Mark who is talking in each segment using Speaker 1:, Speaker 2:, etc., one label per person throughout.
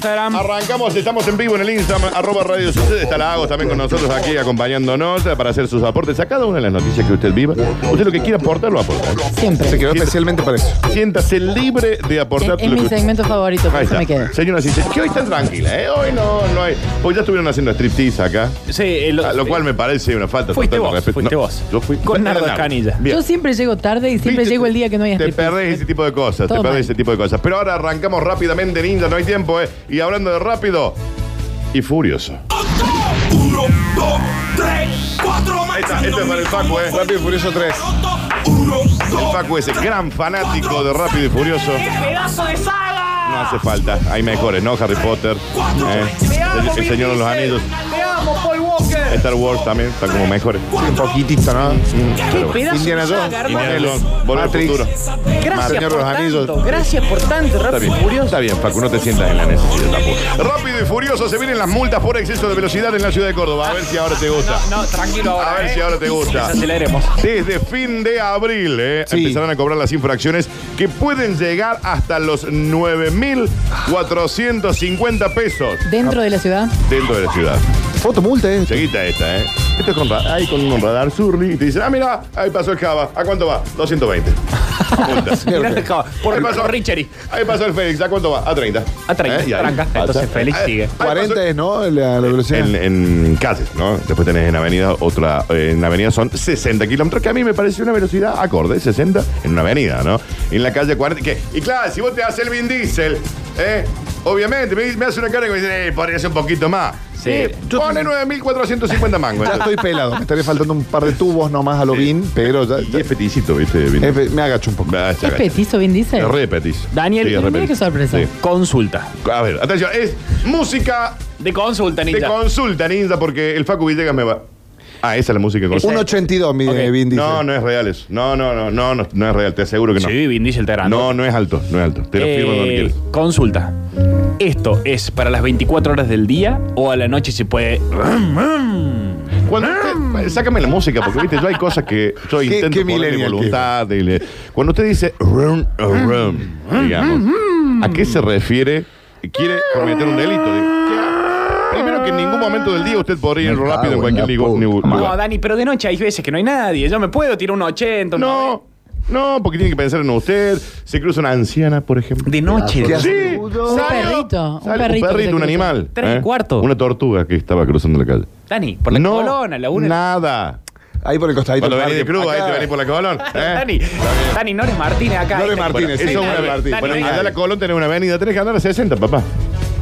Speaker 1: Instagram.
Speaker 2: Arrancamos, estamos en vivo en el Instagram, arroba Radio Sucede. Está Lagos también con nosotros aquí acompañándonos eh, para hacer sus aportes a cada una de las noticias que usted viva. Usted lo que quiera aportar, lo aporta.
Speaker 3: Se
Speaker 1: Siempre.
Speaker 3: quedó especialmente para eso.
Speaker 2: Siéntase libre de
Speaker 1: Es,
Speaker 2: aportar
Speaker 1: es
Speaker 2: lo que
Speaker 1: mi
Speaker 2: usted-
Speaker 1: segmento favorito, por
Speaker 2: Ahí está.
Speaker 1: eso me quedo.
Speaker 2: Señoras y señores, que hoy están tranquilas, ¿eh? Hoy no, no hay. Pues ya estuvieron haciendo striptease acá.
Speaker 4: Sí, eh,
Speaker 2: a lo cual me parece una falta.
Speaker 4: Fuiste
Speaker 2: total de
Speaker 4: vos,
Speaker 2: respeto.
Speaker 4: fuiste
Speaker 2: No,
Speaker 4: vos.
Speaker 2: Yo fui
Speaker 4: Con Nardo
Speaker 2: Era
Speaker 4: Escanilla.
Speaker 2: Bien.
Speaker 1: Yo siempre llego tarde y siempre
Speaker 2: Viste,
Speaker 1: llego el día que no hay
Speaker 2: Te
Speaker 1: striptease.
Speaker 2: perdés ese tipo de cosas,
Speaker 1: Todo
Speaker 2: te
Speaker 1: mal.
Speaker 2: perdés ese tipo de cosas. Pero ahora arrancamos rápidamente, ninja, no hay tiempo, ¿eh? Y hablando de rápido y furioso.
Speaker 5: Uno, dos, tres, cuatro,
Speaker 2: Esta, esta es para el Facu, ¿eh?
Speaker 3: Rápido y Furioso 3.
Speaker 5: Uno,
Speaker 2: El
Speaker 5: dos,
Speaker 2: Facu es el gran fanático de Rápido y Furioso.
Speaker 6: pedazo de saga!
Speaker 2: No hace falta, hay mejores, ¿no? Harry Potter, ¿eh? El- el, Señor de los Anillos,
Speaker 6: ¡Te amo, Paul Walker!
Speaker 2: Star Wars también, están como mejores.
Speaker 3: Un poquitito, ¿no?
Speaker 2: Claro.
Speaker 6: pedazo
Speaker 3: Indiana
Speaker 6: de saga,
Speaker 3: Jones.
Speaker 6: hermano.
Speaker 2: Mm, Indiana
Speaker 3: Marvel,
Speaker 2: Jones, Volver al
Speaker 3: Matrix.
Speaker 2: futuro.
Speaker 6: Gracias
Speaker 3: Señor de
Speaker 6: por
Speaker 3: los Anillos.
Speaker 6: tanto, gracias por tanto,
Speaker 2: Está
Speaker 6: Rápido
Speaker 2: bien,
Speaker 6: y Furioso.
Speaker 2: está bien, Facu, no te sientas en la necesidad tampoco. Rápido y Furioso, se vienen las multas por exceso de velocidad en la ciudad de Córdoba. A ver si ahora te gusta.
Speaker 4: No, tranquilo ahora.
Speaker 2: A ver
Speaker 4: eh.
Speaker 2: si ahora te gusta.
Speaker 4: Aceleremos.
Speaker 2: Desde fin de abril eh,
Speaker 3: Sí.
Speaker 2: empezarán a cobrar las infracciones que pueden llegar hasta los 9.450 pesos
Speaker 1: Dentro de la ciudad.
Speaker 2: dentro de la ciudad.
Speaker 3: Fotomulta, ¿eh?
Speaker 2: Seguita esta, ¿eh? Esto es con, ra- ahí con un radar surly y te dicen, ah, mira, ahí pasó el Java. ¿A cuánto va? 220. Multa.
Speaker 4: Mirá que acaba.
Speaker 2: Ahí
Speaker 4: Por,
Speaker 2: pasó-
Speaker 4: por Richeri.
Speaker 2: Ahí pasó el Félix. ¿A cuánto va? A 30.
Speaker 4: A 30,
Speaker 2: Y ahí
Speaker 4: arranca.
Speaker 2: pasa.
Speaker 4: Entonces Félix
Speaker 2: Ahí-
Speaker 4: sigue.
Speaker 2: ahí pasó-
Speaker 3: 40 es, ¿no? La, la velocidad.
Speaker 2: en, en calles, ¿no? Después tenés en avenida otra, eh, en avenida son 60 kilómetros, que a mí me parece una velocidad acorde, 60 en una avenida, ¿no? En la calle 40, que, y claro, si vos te haces el Vin Diesel, ¿eh? Obviamente, me, me hace una cara que me dice, eh, podría ser un poquito más.
Speaker 4: Sí.
Speaker 2: Eh, pone 9.450 mangos.
Speaker 3: Ya estoy pelado. Me estaría faltando un par de tubos nomás a lo
Speaker 2: Sí.
Speaker 3: bin, pero ya.
Speaker 2: Y es feticito, ¿viste? Vin Diesel?
Speaker 3: F- me agacho un poco.
Speaker 2: Ah, ya,
Speaker 1: ¿Es
Speaker 2: ya.
Speaker 1: petizo, Vin Diesel?
Speaker 2: Es re petizo.
Speaker 4: Daniel,
Speaker 2: Sí, es re
Speaker 1: Mira qué
Speaker 2: petizo.
Speaker 1: sorpresa.
Speaker 2: Sí.
Speaker 4: Consulta.
Speaker 2: A ver, atención, es música
Speaker 4: De consulta,
Speaker 2: de
Speaker 4: ninja.
Speaker 2: consulta, ninja, porque el Facu Villegas me va. Ah, esa es la música de consulta.
Speaker 3: Un 82 mide
Speaker 4: Ok.
Speaker 3: Vin Diesel.
Speaker 2: No, no es real eso. No, no, no, no, no, no es real, te aseguro que no.
Speaker 4: Sí, Vin Diesel te grande.
Speaker 2: No, no es alto, no es alto. Te lo
Speaker 4: Eh,
Speaker 2: firmo cuando quieras.
Speaker 4: Consulta. ¿Esto es para las 24 horas del día o a la noche se puede...?
Speaker 2: Cuando usted- eh, sácame la música, porque viste, yo hay cosas que yo intento
Speaker 3: Ah. qué
Speaker 2: poner mi
Speaker 3: millennial Mm.
Speaker 2: voluntad. y le- cuando usted dice rum, rum, digamos, ¿a qué se refiere? ¿Quiere cometer un delito? Digo, Primero que en ningún momento del día usted podría ir rápido en cualquier ligu- nigu-
Speaker 4: No,
Speaker 2: lugar.
Speaker 4: Dani, pero de noche hay veces que no hay nadie. Yo me puedo tirar un 80. un
Speaker 2: No, no, porque tiene que pensar en usted. Se cruza una anciana, por ejemplo.
Speaker 4: 90. De noche.
Speaker 3: ¿Qué
Speaker 2: Sí,
Speaker 3: hace?
Speaker 2: salió-
Speaker 1: perrito, un
Speaker 2: salió
Speaker 1: perrito
Speaker 2: Un
Speaker 1: que se
Speaker 2: perrito, un
Speaker 1: cruza.
Speaker 2: animal. ¿eh?
Speaker 4: Tres y cuarto.
Speaker 2: Una tortuga que estaba cruzando la calle.
Speaker 4: Dani, por la colona, la una.
Speaker 2: Nada.
Speaker 3: Ahí por el costadito.
Speaker 2: Cuando venís de cruz, ahí
Speaker 3: Acá.
Speaker 2: te venís por la colón. ¿eh?
Speaker 4: Dani, Dani, Nores Martínez acá.
Speaker 3: Nores
Speaker 4: Esta-
Speaker 3: Martínez,
Speaker 2: Eso
Speaker 3: sí,
Speaker 2: es
Speaker 3: Dani,
Speaker 2: una
Speaker 3: Dani,
Speaker 2: Bueno,
Speaker 4: Dani.
Speaker 2: andá a la colón, tenés una avenida, tenés que andar a 60, papá.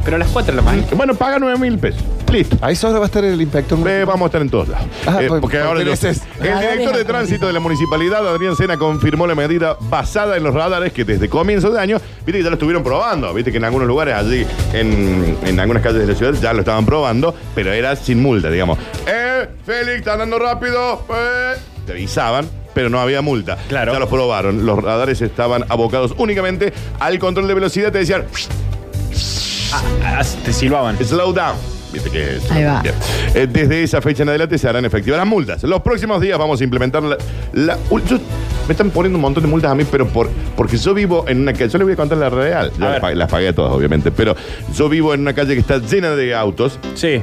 Speaker 4: Pero a las 4 de la mañana.
Speaker 2: Bueno, paga 9 mil pesos. Listo.
Speaker 3: A esa hora va a estar el inspector.
Speaker 2: Eh, vamos a estar en todos lados.
Speaker 3: Ah,
Speaker 2: Eh,
Speaker 3: pues,
Speaker 2: porque ahora
Speaker 3: porque
Speaker 2: yo-
Speaker 3: ese es-
Speaker 2: el director de tránsito de la municipalidad, Adrián Sena, confirmó la medida basada en los radares que desde comienzo de año, viste que ya lo estuvieron probando, viste que en algunos lugares allí, en, en algunas calles de la ciudad, ya lo estaban probando, pero era sin multa, digamos. Eh, Félix, está andando rápido. Eh. Te avisaban, pero no había multa.
Speaker 4: Claro.
Speaker 2: Ya los probaron. Los radares estaban abocados únicamente al control de velocidad. Te decían,
Speaker 4: Ah, te silbaban.
Speaker 2: Slow down. Viste que es-
Speaker 1: Ahí va.
Speaker 2: Bien. Eh, Desde esa fecha en adelante se harán efectivas las multas. Los próximos días vamos a implementar la. la- u- yo- me están poniendo un montón de multas a mí, pero por, porque yo vivo en una calle. Yo le voy a contar la real. Yo
Speaker 4: A
Speaker 2: las
Speaker 4: ver.
Speaker 2: pagué, las pagué a todas, obviamente. Pero yo vivo en una calle que está llena de autos.
Speaker 4: Sí.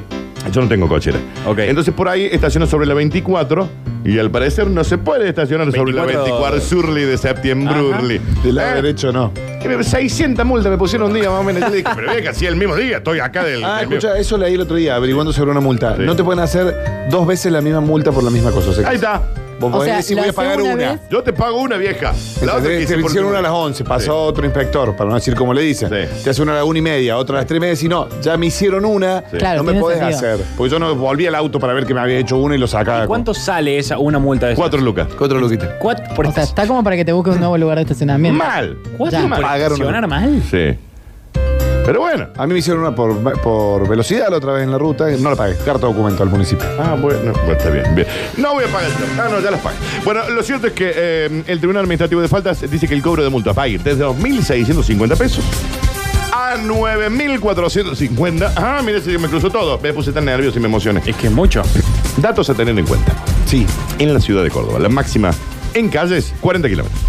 Speaker 2: Yo no tengo cochera.
Speaker 4: Ok.
Speaker 2: Entonces por ahí estaciono sobre la 24 y al parecer no se puede estacionar sobre la
Speaker 4: 24
Speaker 2: 24 Surly de septiembre.
Speaker 4: Ajá.
Speaker 2: Urli.
Speaker 3: Del
Speaker 2: Eh,
Speaker 3: lado derecho, no.
Speaker 2: eh, 600 multas me pusieron un día más o menos. Yo dije, pero es que hacía el mismo día, estoy acá del.
Speaker 3: Ah,
Speaker 2: del mismo-
Speaker 3: escucha, eso leí el otro día, averiguando sobre una multa.
Speaker 2: Sí.
Speaker 3: No te pueden hacer dos veces la misma multa por la misma cosa. o sea que-
Speaker 2: Ahí está.
Speaker 3: Vos
Speaker 1: O
Speaker 3: podés
Speaker 1: sea,
Speaker 3: decir,
Speaker 1: la
Speaker 3: voy a pagar
Speaker 1: segunda
Speaker 3: una.
Speaker 1: vez-
Speaker 2: Yo te pago una vieja. La otra que
Speaker 3: Te
Speaker 2: hice
Speaker 3: te
Speaker 2: por
Speaker 3: hicieron
Speaker 2: tu-
Speaker 3: una a las 11, pasó otro inspector, para no decir cómo le dicen.
Speaker 2: Sí.
Speaker 3: Te hace una a la 1 y media, otra a las 3 y media, y no, ya me hicieron una,
Speaker 1: Claro,
Speaker 3: no me
Speaker 1: tiene
Speaker 3: podés
Speaker 1: sentido.
Speaker 3: hacer. Porque yo no volví al auto para ver que me había hecho una y lo sacaba.
Speaker 4: ¿Cuánto sale esa una multa de esas?
Speaker 2: Cuatro lucas.
Speaker 3: Cuatro loquitas.
Speaker 4: Cuatro por
Speaker 1: O sea,
Speaker 4: esta-
Speaker 1: está como para que te busque un nuevo lugar de estacionamiento.
Speaker 2: Mal.
Speaker 1: Ya.
Speaker 4: cuatro por
Speaker 3: Pagar una-
Speaker 4: estacionar mal.
Speaker 2: Sí. Pero bueno.
Speaker 3: A mí me hicieron una por, por velocidad la otra vez en la ruta, y no la pagué, carta de documento al municipio.
Speaker 2: Ah, bueno, bueno, está bien, bien. No voy a pagar. Ah, no, ya las pagué. Bueno, lo cierto es que eh, el Tribunal Administrativo de Faltas dice que el cobro de multa va a ir desde 2.650 pesos a 9.450. Ah, mire, se me cruzó todo. Me puse tan nervioso y me emocioné.
Speaker 4: Es que es mucho.
Speaker 2: Datos a tener en cuenta.
Speaker 3: Sí.
Speaker 2: En la ciudad de Córdoba, la máxima en calles, 40 kilómetros.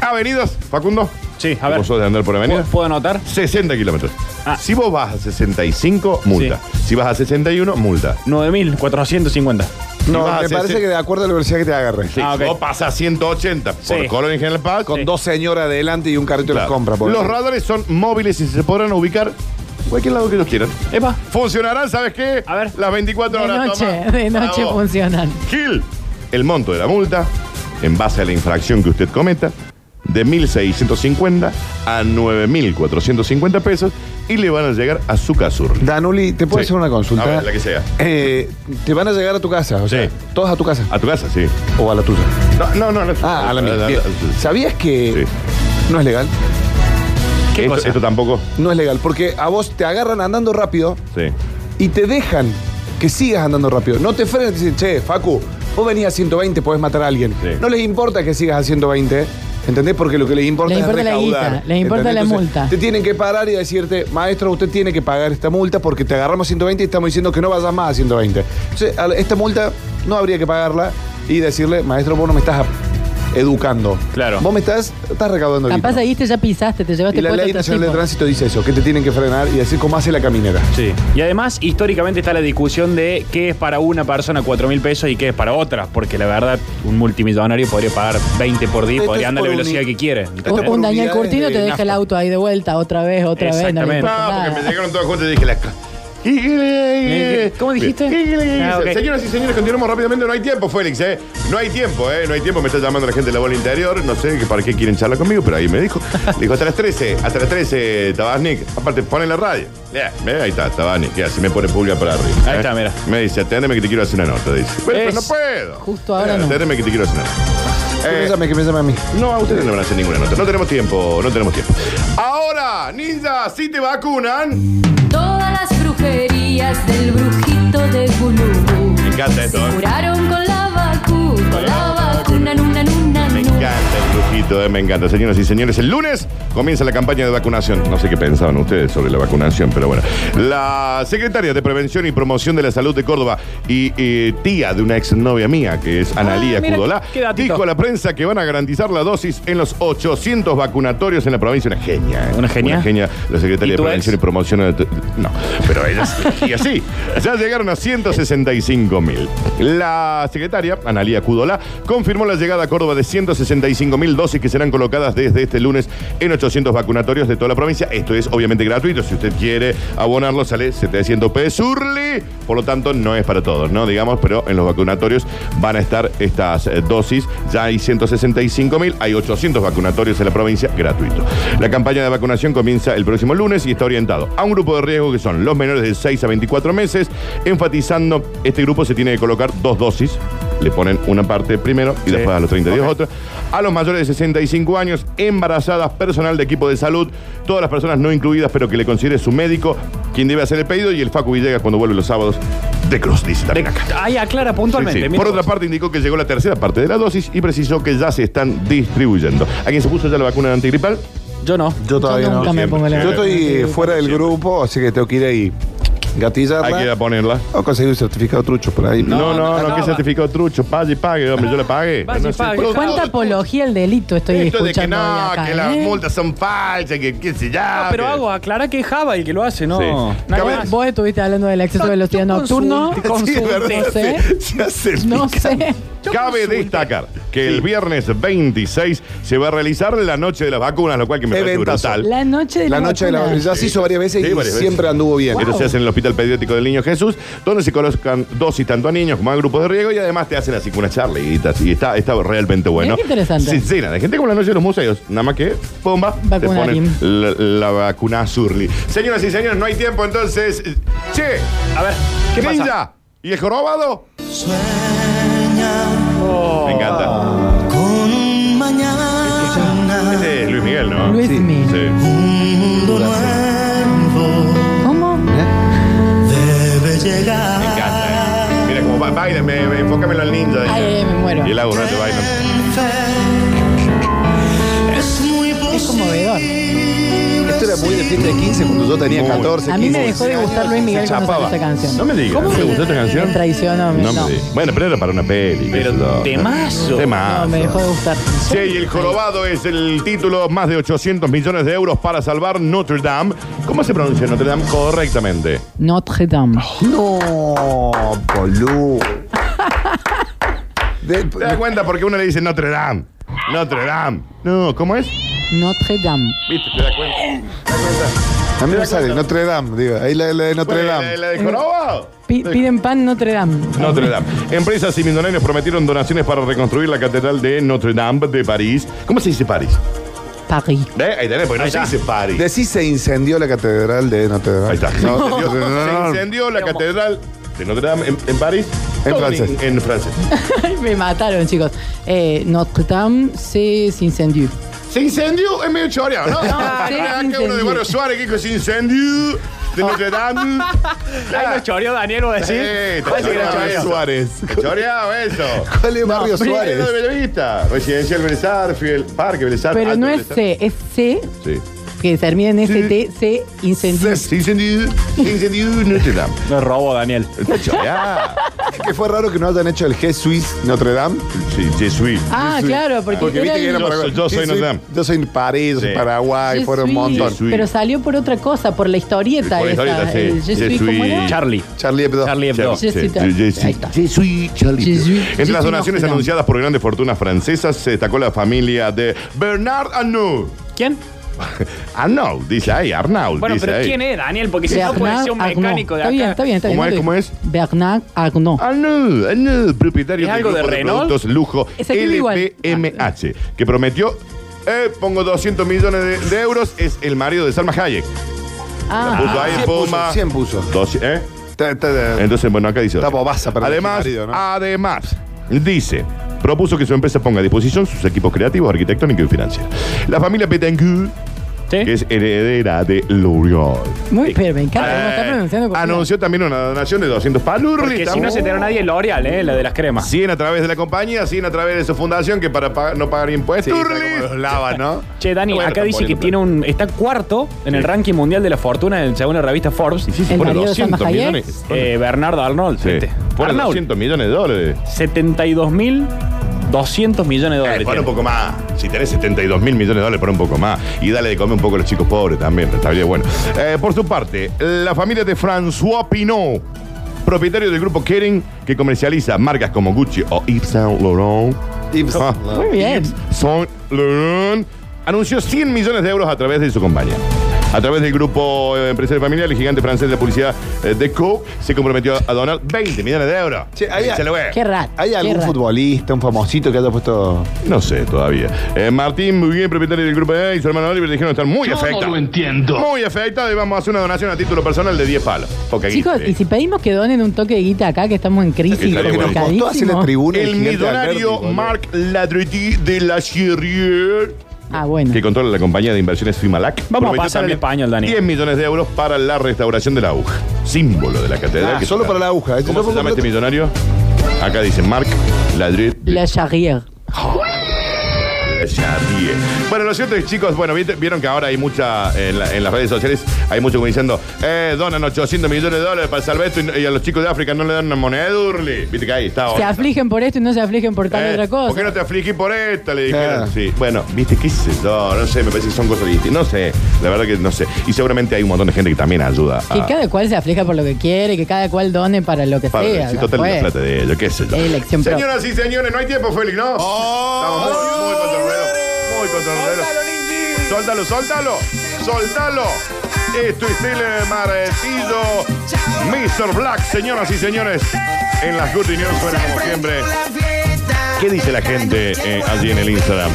Speaker 2: Avenidas, Facundo.
Speaker 4: Sí, a ver.
Speaker 2: ¿Vos sos de andar por avenidas?
Speaker 4: ¿Puedo, puedo anotar?
Speaker 2: 60 kilómetros.
Speaker 4: Ah.
Speaker 2: Si vos vas a 65, multa. Si vas a 61, multa.
Speaker 4: 9.450.
Speaker 2: Y
Speaker 3: No,
Speaker 2: vas a
Speaker 3: me
Speaker 2: hacer-
Speaker 3: parece que de acuerdo a la velocidad que te agarre.
Speaker 2: Sí,
Speaker 4: Ah,
Speaker 2: si
Speaker 4: ok.
Speaker 2: Vos pasas a 180 por
Speaker 4: Sí.
Speaker 2: Colón y General Paz.
Speaker 3: Con
Speaker 2: Sí.
Speaker 3: dos señoras adelante y un carrito de las
Speaker 2: Claro.
Speaker 3: compras. por
Speaker 2: Los
Speaker 3: ejemplo.
Speaker 2: radares son móviles y se podrán ubicar en cualquier lado que ellos quieran.
Speaker 4: Epa.
Speaker 2: Funcionarán, ¿sabes qué?
Speaker 4: A ver.
Speaker 2: Las 24
Speaker 1: De
Speaker 2: horas.
Speaker 1: noche,
Speaker 2: toma.
Speaker 1: de noche
Speaker 2: Bravo.
Speaker 1: funcionan.
Speaker 2: Gil, el monto de la multa, en base a la infracción que usted cometa, de 1.650 a 9.450 pesos y le van a llegar a su casurri.
Speaker 3: Danuli, ¿te puedo
Speaker 2: Sí.
Speaker 3: hacer una consulta?
Speaker 2: A ver, la que sea.
Speaker 3: Eh, te van a llegar a tu casa, o sea,
Speaker 2: Sí.
Speaker 3: todos a tu casa
Speaker 2: ¿A tu casa? Sí.
Speaker 3: o a la tuya.
Speaker 2: No, no, no. no.
Speaker 3: Ah, a la mía. Bien. ¿Sabías que no es legal?
Speaker 4: ¿Qué
Speaker 2: esto,
Speaker 4: cosa?
Speaker 2: esto tampoco.
Speaker 3: No es legal, porque a vos te agarran andando rápido
Speaker 2: Sí.
Speaker 3: y te dejan que sigas andando rápido. No te frenan y te dicen, che, Facu, vos venías a 120, podés matar a alguien.
Speaker 2: Sí.
Speaker 3: No les importa que sigas a 120, ¿entendés? Porque lo que les importa
Speaker 1: Les
Speaker 3: es
Speaker 1: importa la
Speaker 3: recaudar.
Speaker 1: guita, les importa la multa.
Speaker 3: Te tienen que parar y decirte, maestro, usted tiene que pagar esta multa porque te agarramos a 120 y estamos diciendo que no vayas más a 120. Entonces, a la- esta multa no habría que pagarla y decirle, maestro, vos no me estás a- educando.
Speaker 4: Claro.
Speaker 3: Vos me estás, estás recaudando guita.
Speaker 1: Capaz ahí te ya pisaste, te llevaste
Speaker 3: Y la
Speaker 1: puesto
Speaker 3: ley
Speaker 1: otro
Speaker 3: nacional de
Speaker 1: tipo.
Speaker 3: tránsito dice eso, que te tienen que frenar y decir cómo hace la caminera.
Speaker 4: Sí. Y además, históricamente está la discusión de qué es para una persona 4 mil pesos y qué es para otra. Porque la verdad, un multimillonario podría pagar 20 por día y
Speaker 3: Esto
Speaker 4: podría
Speaker 3: es
Speaker 4: andar a la
Speaker 3: por
Speaker 4: velocidad
Speaker 3: uni-
Speaker 4: que quiere.
Speaker 3: Esto
Speaker 1: Un-
Speaker 3: por
Speaker 1: Un Daniel
Speaker 3: unidades
Speaker 1: Cortino
Speaker 3: de
Speaker 1: te deja
Speaker 3: nafta.
Speaker 1: el auto ahí de vuelta, otra vez, otra vez. No
Speaker 4: Exactamente.
Speaker 1: le importa
Speaker 2: No,
Speaker 1: nada.
Speaker 2: Ah, porque me llegaron todas juntas y dije las
Speaker 4: Eh,
Speaker 2: cosas.
Speaker 4: ¿cómo dijiste? Ah, ok.
Speaker 2: Señoras y señores, continuamos rápidamente. No hay tiempo, Félix, ¿eh? No hay tiempo, ¿eh? No hay tiempo. Me está llamando la gente de la bola interior. No sé que para qué quieren charlar conmigo, pero ahí me dijo. Dijo, hasta las 13, hasta las 13, Tabasnik. Aparte, pone la radio. Ya, ve, Ahí está, Tabasnik. Ya, así me pone pulga para arriba.
Speaker 4: Ahí
Speaker 2: ¿eh?
Speaker 4: está, mira.
Speaker 2: Me dice, aténdeme que te quiero hacer una nota. Dice, bueno, pero
Speaker 4: Es-
Speaker 2: no puedo.
Speaker 1: Justo ahora
Speaker 2: Eh,
Speaker 1: no.
Speaker 2: Aténdeme que te quiero hacer una nota.
Speaker 3: Que
Speaker 2: Eh,
Speaker 3: me llame, que me llame a mí.
Speaker 2: no, a ustedes no van a hacer ninguna nota. No tenemos tiempo, no tenemos tiempo. Ahora, ninja, si te vacunan.
Speaker 7: Todas las brujerías del brujito de Gulú.
Speaker 2: Me encanta esto,
Speaker 7: Se
Speaker 2: ¿eh?
Speaker 7: curaron con la vacuna, con la vacuna, nuna, nuna,
Speaker 2: Me
Speaker 7: nuna.
Speaker 2: encanta el brujito, eh, me encanta. Señoras y señores, el lunes comienza la campaña de vacunación. No sé qué pensaban ustedes sobre la vacunación, pero bueno. La secretaria de Prevención y Promoción de la Salud de Córdoba y eh, tía de una exnovia mía, que es Analía
Speaker 4: Ah, mira,
Speaker 2: Cudolá,
Speaker 4: qué datito.
Speaker 2: dijo a la prensa que van a garantizar la dosis en los 800 vacunatorios en la provincia. Una genia. eh.
Speaker 4: ¿Una genia?
Speaker 2: Una genia. La secretaria
Speaker 4: ¿Y
Speaker 2: de
Speaker 4: tu ex?
Speaker 2: Prevención y Promoción de... No, pero ella sí. y así. Ya llegaron a 165 mil. La secretaria, Analía Cudola, confirmó la llegada a Córdoba de 165 mil dosis que serán colocadas desde este lunes en 800 vacunatorios de toda la provincia. Esto es obviamente gratuito. Si usted quiere abonarlo, sale 700 pesos. Urli. Por lo tanto, no es para todos, ¿no? Digamos, pero en los vacunatorios van a estar estas eh, dosis. Ya hay 165 mil, hay 800 vacunatorios en la provincia gratuito. La campaña de vacunación comienza el próximo lunes y está orientado a un grupo de riesgo que son los menores de 6 a 24 meses, enfatizando, este grupo se tiene que colocar dos dosis. Le ponen una parte primero y después a los 30 días otra. A los mayores de 65 años, embarazadas, personal de equipo de salud, todas las personas no incluidas, pero que le considere su médico, quien debe hacer el pedido, y el Facu Villegas cuando vuelve los sábados de Cross, dice también acá.
Speaker 4: Ahí aclara puntualmente.
Speaker 2: Sí, sí.
Speaker 4: mira
Speaker 2: Por otra
Speaker 4: vos.
Speaker 2: parte, indicó que llegó la tercera parte de la dosis y precisó que ya se están distribuyendo. ¿A quién se puso ya la vacuna antigripal?
Speaker 4: Yo no.
Speaker 3: Yo todavía
Speaker 1: Yo
Speaker 3: no.
Speaker 1: nunca me
Speaker 2: Siempre,
Speaker 1: pongo la
Speaker 2: siempre.
Speaker 3: Yo estoy fuera del
Speaker 2: Siempre.
Speaker 3: grupo, así que tengo que ir ahí.
Speaker 2: Hay que ir
Speaker 3: Gatillarla.
Speaker 2: a ponerla.
Speaker 3: O conseguir un certificado trucho por ahí.
Speaker 2: No, no, no,
Speaker 4: no,
Speaker 2: que
Speaker 4: va.
Speaker 2: certificado trucho. Pague y pague, hombre, yo la pagué.
Speaker 4: Vaya y
Speaker 2: No sé,
Speaker 4: pague.
Speaker 2: todo-
Speaker 1: ¿Cuánta
Speaker 2: todo-
Speaker 1: apología al delito estoy
Speaker 2: Esto de que
Speaker 1: escuchando?
Speaker 2: no,
Speaker 1: hoy acá,
Speaker 2: que las
Speaker 1: eh?
Speaker 2: multas son falsas, que qué sé ya.
Speaker 4: Ah, pero
Speaker 2: que-
Speaker 4: hago, aclara que es Java el que lo hace, no.
Speaker 2: Sí.
Speaker 4: Nada
Speaker 2: Cabe-
Speaker 4: más.
Speaker 1: Vos estuviste hablando del exceso de velocidad
Speaker 4: Yo
Speaker 1: nocturno.
Speaker 4: consulté, consulté.
Speaker 1: No sé.
Speaker 2: Se hace
Speaker 1: ¿Eh? No sé.
Speaker 4: Yo
Speaker 2: Cabe
Speaker 4: consulté.
Speaker 2: destacar que el viernes 26 se va a realizar la noche de las vacunas, lo cual que me parece
Speaker 3: Eventazo.
Speaker 2: brutal.
Speaker 1: La noche de
Speaker 3: La
Speaker 1: la,
Speaker 3: noche de la
Speaker 1: vacuna.
Speaker 3: Ya se hizo varias veces
Speaker 2: Sí,
Speaker 3: y
Speaker 2: varias veces.
Speaker 3: siempre anduvo bien.
Speaker 2: Esto se hace en el Hospital Pediátrico del Niño Jesús, donde se colocan dosis tanto a niños como a grupos de riesgo y además te hacen así como unas charlitas y está, está realmente bueno.
Speaker 1: Mirá qué interesante.
Speaker 2: Sí, sí, nada, hay gente como la noche de los museos, nada más que bomba, te
Speaker 1: Vacunarín.
Speaker 2: ponen la, la vacuna Surly. Señoras y señores, no hay tiempo, entonces, che,
Speaker 4: A ver, ¿qué
Speaker 2: ninja,
Speaker 4: pasa?
Speaker 2: ¿y el jorobado? Oh. Me encanta.
Speaker 8: Con un mañana,
Speaker 2: Ese es Luis Miguel, ¿no?
Speaker 1: Luis
Speaker 3: Sí.
Speaker 1: Mi.
Speaker 2: Sí.
Speaker 8: mundo nuevo
Speaker 1: ¿Cómo?
Speaker 8: debe
Speaker 2: Me encanta,
Speaker 8: llegar.
Speaker 2: ¿eh? Mira como ba- baila, me, me- enfócamelo al ninja.
Speaker 1: Ay, eh.
Speaker 2: dice.
Speaker 1: ay, ay, me muero.
Speaker 2: Y el agua no te baila.
Speaker 8: Ten fe, Es muy
Speaker 1: Es conmovedor.
Speaker 8: posible
Speaker 3: Esto era muy de fiesta de 15 cuando yo tenía
Speaker 2: Muy.
Speaker 3: 14.
Speaker 1: A mí me
Speaker 3: 15.
Speaker 1: dejó de gustar Luis Miguel cuando salió esta canción.
Speaker 2: No me digas.
Speaker 1: ¿Cómo?
Speaker 2: ¿Te gustó esta canción?
Speaker 1: Me traicionó.
Speaker 2: No,
Speaker 1: no.
Speaker 2: me digas. Bueno, pero era para una peli.
Speaker 4: Pero temazo.
Speaker 2: Temazo.
Speaker 1: No, me dejó de gustar.
Speaker 2: Che, y el jorobado es el título, más de 800 millones de euros para salvar Notre Dame. ¿Cómo se pronuncia Notre Dame correctamente?
Speaker 1: Notre Dame.
Speaker 3: No, boludo. De-
Speaker 2: ¿Te das cuenta? Porque uno le dice Notre Dame. Notre Dame. No, ¿cómo es?
Speaker 1: Notre Dame.
Speaker 2: ¿Viste? ¿Te das cuenta?
Speaker 3: a mí me sale Notre Dame, digo. Ahí la, la de Notre
Speaker 2: Bueno, ¿La,
Speaker 3: Dame.
Speaker 2: la de jorobado?
Speaker 1: Pi- piden pan Notre Dame.
Speaker 2: Notre Dame. Empresas y millonarios prometieron donaciones para reconstruir la catedral de Notre Dame de París. ¿Cómo se dice París?
Speaker 1: París.
Speaker 2: ¿Eh? Ahí tenés, porque no
Speaker 4: Ahí
Speaker 2: se
Speaker 4: está.
Speaker 2: dice París.
Speaker 3: De sí se incendió la catedral de Notre Dame.
Speaker 2: Ahí está. Se
Speaker 3: No,
Speaker 2: incendió,
Speaker 3: Notre Dame.
Speaker 2: se incendió la catedral de Notre Dame en, en París.
Speaker 3: En
Speaker 2: Todo
Speaker 3: francés.
Speaker 2: En, en francés.
Speaker 1: Me mataron, chicos. Eh, Notre Dame se se incendió.
Speaker 2: Se incendió es medio choreado, ¿no?
Speaker 1: Ah, se
Speaker 2: Acá uno de
Speaker 1: incendió.
Speaker 2: Barrio Suárez que dijo se incendió de Notre Dame.
Speaker 4: Ahí lo choreó Daniel, vos decís.
Speaker 2: Eh, está
Speaker 4: Parece que lo
Speaker 2: choreado
Speaker 4: choreó.
Speaker 2: eso.
Speaker 3: Suárez.
Speaker 2: Está Choreado eso.
Speaker 3: ¿Cuál es Barrio Suárez?
Speaker 2: Primero de Bellavista, Residencial Belezar, Fiel Parque Belezar.
Speaker 1: Pero
Speaker 2: Alto
Speaker 1: no es
Speaker 2: Belezar.
Speaker 1: C, es C,
Speaker 2: Sí.
Speaker 1: que termina en
Speaker 2: Sí.
Speaker 1: ST, C, incendió.
Speaker 2: Se incendió, se incendió Notre Dame.
Speaker 4: Lo robó Daniel.
Speaker 2: Está choreado.
Speaker 3: Es que fue raro que no hayan hecho el G-Suisse Notre Dame.
Speaker 2: Sí, Jesuí.
Speaker 1: Ah, claro, porque,
Speaker 3: Porque
Speaker 1: era
Speaker 3: viste que
Speaker 1: el-
Speaker 3: era
Speaker 2: Yo
Speaker 3: para-
Speaker 2: soy- yo soy
Speaker 3: Jesuit-
Speaker 2: Notre Dame.
Speaker 3: Yo soy París, yo soy
Speaker 2: Sí.
Speaker 3: Paraguay,
Speaker 1: Jesuit.
Speaker 3: fueron un montón.
Speaker 2: Jesuit.
Speaker 1: Pero salió por otra cosa, por la historieta
Speaker 2: Por la
Speaker 1: esa.
Speaker 2: historieta, sí.
Speaker 1: El Je suis,
Speaker 2: Je
Speaker 1: ¿cómo
Speaker 2: suis-
Speaker 1: era?
Speaker 4: Charlie.
Speaker 3: Charlie Hebdo.
Speaker 4: Charlie Hebdo.
Speaker 1: Sí. Jessica. Ahí está.
Speaker 2: Jesuí Charlie.
Speaker 1: Jesuit.
Speaker 2: Entre las
Speaker 1: Jesuit
Speaker 2: donaciones
Speaker 1: Notre Dame.
Speaker 2: anunciadas por grandes fortunas francesas se destacó la familia de Bernard Arnault.
Speaker 4: ¿Quién?
Speaker 2: Arnault, dice ahí, Arnault.
Speaker 4: Bueno,
Speaker 2: dice
Speaker 4: pero
Speaker 2: ahí.
Speaker 4: ¿quién es Daniel? Porque si no
Speaker 1: Bernard
Speaker 4: puede ser un
Speaker 1: Arnault.
Speaker 4: mecánico de
Speaker 1: ah, Está bien, está
Speaker 4: acá.
Speaker 1: bien, está bien.
Speaker 2: ¿Cómo es,
Speaker 1: está
Speaker 2: cómo
Speaker 1: bien.
Speaker 2: es?
Speaker 1: Bernard Arnault.
Speaker 2: Arnault, Arnault, propietario
Speaker 4: ¿Es algo
Speaker 2: del grupo
Speaker 4: de
Speaker 2: de,
Speaker 4: Renault?
Speaker 2: productos lujo
Speaker 1: Es aquí igual.
Speaker 2: LVMH, que prometió, eh, pongo 200 millones de, de euros, es el marido de Salma Hayek.
Speaker 1: Ah,
Speaker 2: Puso ahí,
Speaker 3: Cien
Speaker 2: Puma.
Speaker 3: puso, cien puso.
Speaker 2: Dos- ¿eh?
Speaker 3: Ta- ta- ta-
Speaker 2: Entonces, bueno, acá dice.
Speaker 3: Está bobaza para
Speaker 2: además,
Speaker 3: el marido, ¿no?
Speaker 2: además, dice. Propuso que su empresa ponga a disposición sus equipos creativos, arquitectónicos y financieros. La familia Petancourt,
Speaker 4: ¿Sí?
Speaker 2: que es heredera de L'Oréal,
Speaker 1: ¿Eh? muy, pero me encanta cómo está
Speaker 2: eh,
Speaker 1: pronunciando. porque-
Speaker 2: anunció también una donación de 200
Speaker 4: Porque
Speaker 2: palurris.
Speaker 4: si no se enteró nadie, L'Oreal, ¿eh? La de las cremas.
Speaker 2: 100 a través de la compañía, 100 a través de su fundación, que para pa- no pagar
Speaker 3: Sí,
Speaker 2: impuestos.
Speaker 3: está como los lava, ¿no?
Speaker 4: Che, Dani,
Speaker 2: Bueno,
Speaker 4: acá dice que
Speaker 2: poniendo
Speaker 4: tiene un. Está cuarto en el ranking mundial de la fortuna en- según la revista Forbes.
Speaker 2: Y sí, se
Speaker 1: ¿El
Speaker 2: pone
Speaker 1: marido de
Speaker 2: 200
Speaker 1: Salma Hayek?
Speaker 2: millones.
Speaker 4: Eh, Bernardo Arnold.
Speaker 2: Sí,
Speaker 4: viste.
Speaker 2: pone
Speaker 4: Arnold,
Speaker 2: 200 millones de dólares.
Speaker 4: 72.200 millones de
Speaker 2: Eh,
Speaker 4: dólares.
Speaker 2: pon un
Speaker 4: tiene.
Speaker 2: poco más. Si tenés 72 mil millones de dólares, pon un poco más. Y dale de comer un poco a los chicos pobres también. Está bien, bueno. Eh, por su parte, la familia de François Pinot, propietario del grupo Kering, que comercializa marcas como Gucci o Yves Saint Laurent.
Speaker 3: Ibs.
Speaker 2: Ah,
Speaker 1: Muy bien.
Speaker 2: Yves Saint Laurent anunció 100 millones de euros a través de su compañía. A través del grupo eh, empresario familiar, el gigante francés de la publicidad eh, Deco se comprometió a donar 20 millones de euros.
Speaker 3: Che, ahí-
Speaker 2: Se lo ve.
Speaker 1: Qué raro.
Speaker 3: ¿Hay algún futbolista, un famosito que haya puesto
Speaker 2: No sé todavía. Eh, Martín, muy bien, propietario del grupo E y su hermano Oliver dijeron estar muy afectados.
Speaker 5: lo entiendo.
Speaker 2: Muy afectados y vamos a hacer una donación a título personal de 10 palos. Porque aquí,
Speaker 1: Chicos,
Speaker 2: eh,
Speaker 1: y si pedimos que donen un toque de guita acá, que estamos en crisis,
Speaker 2: Estaría bueno.
Speaker 3: costó hacer la
Speaker 1: complicadísimo.
Speaker 3: tribuna?
Speaker 2: el
Speaker 3: gigante
Speaker 2: millonario
Speaker 3: Alberti, boludo?
Speaker 2: Marc Ladretti de la Sierrier,
Speaker 1: Ah, bueno.
Speaker 2: que controla la compañía de inversiones Fimalac,
Speaker 4: Vamos a
Speaker 2: prometió
Speaker 4: pasar al
Speaker 2: también
Speaker 4: español, Dani.
Speaker 2: 10 millones de euros para la restauración de la aguja, símbolo de la catedral.
Speaker 3: Ah,
Speaker 2: que
Speaker 3: solo
Speaker 2: está-
Speaker 3: para la aguja. Este
Speaker 2: ¿Cómo
Speaker 3: loco
Speaker 2: se llama este
Speaker 3: completo.
Speaker 2: millonario? Acá dice Marc Ladretti.
Speaker 1: La Charrière.
Speaker 2: Ya ríe. Bueno, lo cierto es, chicos, bueno, ¿viste- vieron que ahora hay mucha, en, la- en las redes sociales, hay mucho como diciendo, eh, donan 800 millones de dólares para salvar esto y, y a los chicos de África no le dan una moneda, Urli. Viste que ahí está.
Speaker 1: Se
Speaker 2: ahora.
Speaker 1: afligen por esto y no se afligen por tal
Speaker 2: Eh,
Speaker 1: otra cosa.
Speaker 2: ¿Por qué no te afligís por esta? Le dijeron.
Speaker 3: Ah.
Speaker 2: Sí. Bueno, viste, qué sé yo, no sé, me parece que son cosas distintas. No sé, la verdad que no sé. Y seguramente hay un montón de gente que también ayuda.
Speaker 1: Que
Speaker 2: a-
Speaker 1: cada cual se aflija por lo que quiere, que cada cual done para lo que
Speaker 2: Padre,
Speaker 1: sea.
Speaker 2: si total
Speaker 1: después.
Speaker 2: la plata de ellos, qué sé yo.
Speaker 1: Elección propia.
Speaker 2: Señoras y señores, no hay tiempo, Félix, ¿no? Estamos muy, muy contra el reloj, Muy contra el reloj. Soltalo, soltalo, soltalo. Esto es Tele Martillo, Mr. Black, señoras y señores. En las Good News suena como siempre. ¿Qué dice la gente eh, allí en el Instagram?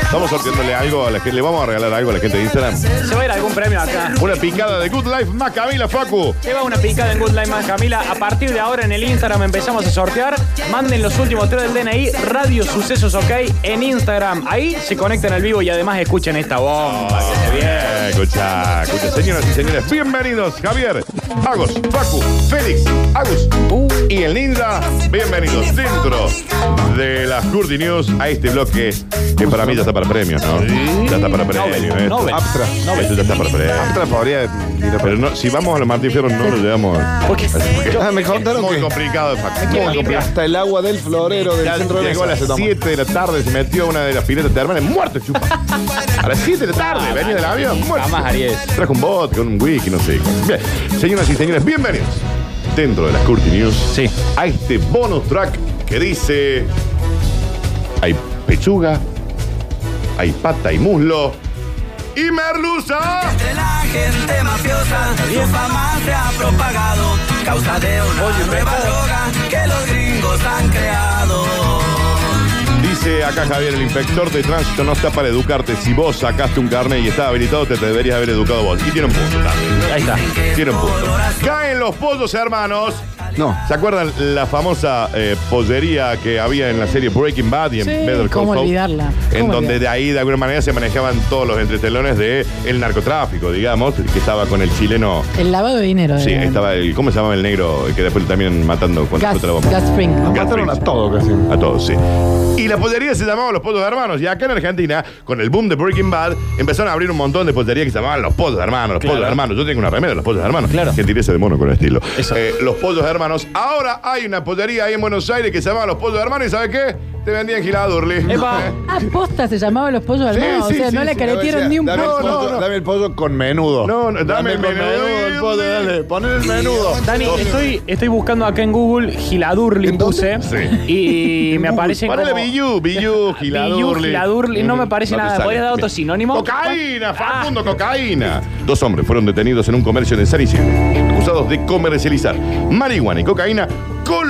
Speaker 2: Estamos sorteándole algo a la gente, le vamos a regalar algo a la gente de Instagram.
Speaker 4: Se va a ir algún premio acá.
Speaker 2: Una picada de Good Life Macamila Facu.
Speaker 4: Lleva una picada en Good Life más Camila. A partir de ahora en el Instagram empezamos a sortear. Manden los últimos tres del DNI, Radio Sucesos OK, en Instagram. Ahí se conectan al vivo y además escuchen esta bomba. que se viene.
Speaker 2: Eh, Escucha, escucha, señoras y señores, bienvenidos Javier, Agos, Facu, Félix, Agus y el Ninja. Bienvenidos dentro de las Curti News a este bloque que para mí ya está para premios, ¿no? Ya está para premios.
Speaker 4: Nobel,
Speaker 2: esto.
Speaker 4: Nobel.
Speaker 3: Aptra.
Speaker 2: Esto ya está para premios.
Speaker 3: Otra podría. mira,
Speaker 2: Pero no, si vamos a los Martín Fierro no lo llevamos.
Speaker 4: Porque
Speaker 3: Ah, me contaron
Speaker 2: Muy
Speaker 3: que-
Speaker 2: complicado, Facu. Muy complicado.
Speaker 3: Hasta el agua del florero del
Speaker 2: Ya
Speaker 3: centro de
Speaker 2: llegó a las
Speaker 3: se toma.
Speaker 2: 7 de la tarde, se metió a una de las piletas termales, muerto, chupa. A las 7 de la tarde, venía del avión, muerto.
Speaker 4: Ah, Jamás haría eso.
Speaker 2: Trajo un bot con un wiki, no sé. qué cosa. Bien, señoras y señores, bienvenidos dentro de las Curti News
Speaker 4: Sí.
Speaker 2: a este bonus track que dice: hay pechuga, hay pata y muslo y merluza.
Speaker 5: De la gente mafiosa, su fama se ha propagado, causa de una nueva droga que los gringos han creado.
Speaker 2: Dice acá Javier, el inspector de tránsito no está para educarte. Si vos sacaste un carnet y está habilitado, te deberías haber educado vos. Y tiene un punto también.
Speaker 4: Ahí está.
Speaker 2: Tiene un punto. Caen los pollos, hermanos.
Speaker 3: No.
Speaker 2: ¿Se acuerdan la famosa eh, pollería que había en la serie Breaking Bad y en
Speaker 1: Sí,
Speaker 2: Better Call
Speaker 1: cómo
Speaker 2: Saul?
Speaker 1: olvidarla,
Speaker 2: En
Speaker 1: cómo
Speaker 2: donde
Speaker 1: olvidarla.
Speaker 2: de ahí, de alguna manera, se manejaban todos los entretelones de el narcotráfico, digamos, que estaba con el chileno.
Speaker 1: El lavado de dinero.
Speaker 2: Sí,
Speaker 1: era.
Speaker 2: ahí estaba el. ¿Cómo se llamaba el negro que después lo terminan matando cuando
Speaker 1: Gas,
Speaker 2: explota la bomba? Ah.
Speaker 1: Gas Spring.
Speaker 3: Nos
Speaker 2: Gas
Speaker 3: mataron a
Speaker 2: Springs.
Speaker 3: todo casi.
Speaker 2: A todos, sí. Y la pollería se llamaba Los Pozos de Hermanos. Y acá en Argentina, con el boom de Breaking Bad, empezaron a abrir un montón de pollerías que se llamaban Los Pozos de Hermanos, Los
Speaker 4: Claro.
Speaker 2: Pozos de Hermanos. Yo tengo una remera de Los Pozos de Hermanos.
Speaker 4: Claro.
Speaker 2: Gentileza de mono con estilo.
Speaker 4: Eso.
Speaker 2: Eh, los Pozos de Hermanos. Ahora hay una pollería ahí en Buenos Aires que se llamaba Los Pozos de Hermanos. ¿Y sabes qué? Te vendían gilada Durli.
Speaker 4: Epa.
Speaker 1: Ah, posta, se llamaba Los Pollos
Speaker 2: Sí,
Speaker 1: Armados.
Speaker 2: sí,
Speaker 1: Ah, o sea,
Speaker 2: sí,
Speaker 1: no
Speaker 2: sí,
Speaker 1: le
Speaker 2: la
Speaker 1: caretieron
Speaker 3: Dame
Speaker 1: ni
Speaker 3: el
Speaker 1: un
Speaker 3: pollo,
Speaker 1: poco.
Speaker 2: no, no.
Speaker 3: Dame el pollo con menudo.
Speaker 2: No, no, dame el
Speaker 3: con
Speaker 2: menudo,
Speaker 3: el pollo, dale. Pon el menudo.
Speaker 4: Dani, estoy, estoy buscando acá en Google Giladurli
Speaker 3: ¿En dónde?
Speaker 4: puse y me aparecen
Speaker 2: Parale,
Speaker 4: como...
Speaker 2: Billú, Billú, Giladurli.
Speaker 4: Giladurli, no me parece
Speaker 2: te
Speaker 4: nada.
Speaker 2: sale.
Speaker 4: ¿Podría dar otro
Speaker 2: Bien.
Speaker 4: sinónimo?
Speaker 2: ¡Cocaína,
Speaker 4: Ah.
Speaker 2: Facundo, cocaína! Dos hombres fueron detenidos en un comercio de San Isidro, acusados de comercializar marihuana y cocaína,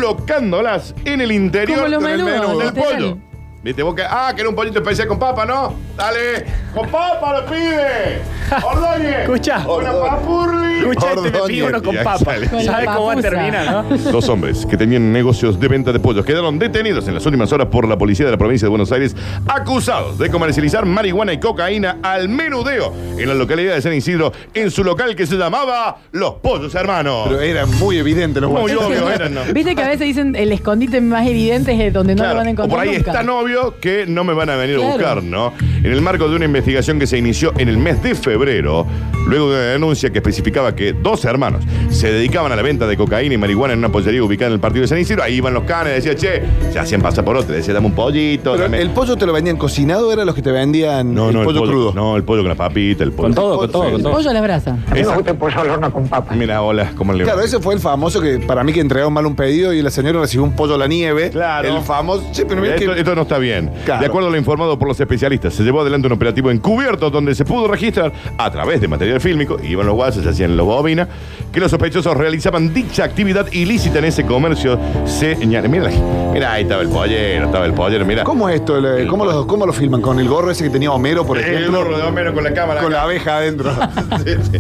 Speaker 2: colocándolas en el interior
Speaker 1: Como los
Speaker 2: del
Speaker 1: menudos,
Speaker 2: menú del
Speaker 1: literal.
Speaker 2: pollo. Viste, vos que, ah, que era un pollito especial con papa, ¿no? Dale, con papa lo pide. Ordóñez.
Speaker 4: Escucha.
Speaker 2: Una papurli.
Speaker 4: Escucha, este me pide uno con
Speaker 2: Ordóñez.
Speaker 4: papa.
Speaker 2: Y ahí sale.
Speaker 4: ¿Sabes cómo va a
Speaker 1: Con la
Speaker 4: terminar, no?
Speaker 2: Dos hombres que tenían negocios de venta de pollos quedaron detenidos en las últimas horas por la policía de la provincia de Buenos Aires, acusados de comercializar marihuana y cocaína al menudeo en la localidad de San Isidro, en su local que se llamaba Los Pollos Hermanos.
Speaker 3: Pero era muy evidente los
Speaker 2: Muy
Speaker 3: guantes.
Speaker 2: obvio eh. eran, ¿no?
Speaker 1: Viste que a veces dicen el escondite más evidente es el donde no
Speaker 2: Claro,
Speaker 1: lo van a
Speaker 2: o por
Speaker 1: encontrar
Speaker 2: ahí
Speaker 1: nunca.
Speaker 2: está novio que no me van a venir a
Speaker 1: Claro.
Speaker 2: buscar, ¿no? En el marco de una investigación que se inició en el mes de febrero, luego de una denuncia que especificaba que dos hermanos se dedicaban a la venta de cocaína y marihuana en una pollería ubicada en el partido de San Isidro, ahí iban los canes, decía, che, se hacían pasar por otro, decía, dame un pollito,
Speaker 3: Pero
Speaker 2: dame-
Speaker 3: el pollo te lo vendían cocinado, eran los que te vendían
Speaker 2: no,
Speaker 3: el,
Speaker 2: no,
Speaker 3: pollo crudo.
Speaker 2: No, el pollo con la papita, el pollo.
Speaker 4: Con todo, con todo,
Speaker 2: Sí.
Speaker 4: con
Speaker 1: El
Speaker 4: todo.
Speaker 1: pollo a la brasa.
Speaker 2: Exacto. Mira, hola, ¿cómo le va?
Speaker 3: Claro, ese fue el famoso que para mí que entregaron mal un pedido y la señora recibió un pollo a la nieve.
Speaker 2: Claro.
Speaker 3: El famoso. Che, pero mira
Speaker 2: Esto,
Speaker 3: que.
Speaker 2: esto no está bien.
Speaker 3: Claro.
Speaker 2: De acuerdo a lo informado por los especialistas, se llevó adelante un operativo encubierto donde se pudo registrar a través de material fílmico, iban los guasos, se hacían los bobinas, que los sospechosos realizaban dicha actividad ilícita en ese comercio. Señal... Mira, la- mira, ahí estaba el pollero, estaba el pollero, mira.
Speaker 3: ¿Cómo es esto? Le- ¿Cómo, los, ¿Cómo lo filman? ¿Con el gorro ese que tenía Homero, por ejemplo?
Speaker 2: El gorro de Homero con la cámara.
Speaker 3: Eh, Con la abeja adentro.
Speaker 2: Sí, sí.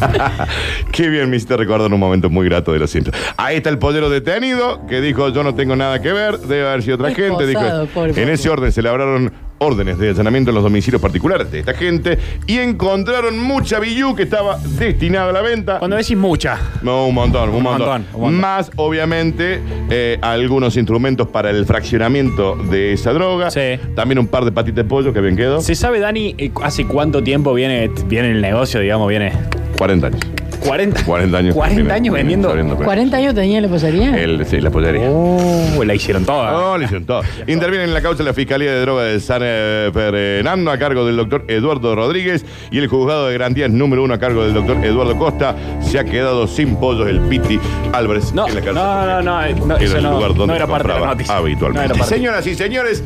Speaker 2: Qué bien, me hiciste recordar un momento muy grato de los Simpsons. Ahí está el pollero detenido que dijo: Yo no tengo nada que ver, debe haber sido otra gente. Dijo,
Speaker 1: Esposado, pobre
Speaker 2: en
Speaker 1: pollero.
Speaker 2: ese orden se labraron órdenes de allanamiento en los domicilios particulares de esta gente y encontraron mucha billú que estaba destinada a la venta.
Speaker 4: Cuando decís mucha.
Speaker 2: No, un montón, un, montón.
Speaker 4: montón, un montón.
Speaker 2: Más, obviamente, eh, algunos instrumentos para el fraccionamiento de esa droga.
Speaker 4: Sí.
Speaker 2: También un par de patitas de pollo que bien quedó.
Speaker 4: ¿Se sabe, Dani, eh, hace cuánto tiempo viene, viene el negocio, digamos, viene
Speaker 2: 40 años.
Speaker 4: 40,
Speaker 2: 40 años.
Speaker 4: 40 años
Speaker 2: Vienen-
Speaker 4: vendiendo.
Speaker 2: vienen sabiendo.
Speaker 1: 40 años tenía la pollería.
Speaker 2: El- sí, la pollería.
Speaker 4: Oh, la hicieron toda.
Speaker 2: No, le hicieron todo. Interviene en la causa la Fiscalía de Droga de San eh, Fernando a cargo del doctor Eduardo Rodríguez y el juzgado de garantías número uno a cargo del doctor Eduardo Costa se ha quedado sin pollos el Piti Álvarez
Speaker 4: No,
Speaker 2: en la cárcel.
Speaker 4: no, no, no, eh, no,
Speaker 2: Era
Speaker 4: eso
Speaker 2: el
Speaker 4: no-
Speaker 2: lugar donde
Speaker 4: no era parte de la
Speaker 2: compraba
Speaker 4: noticia.
Speaker 2: habitualmente.
Speaker 4: No era parte.
Speaker 2: Señoras y señores,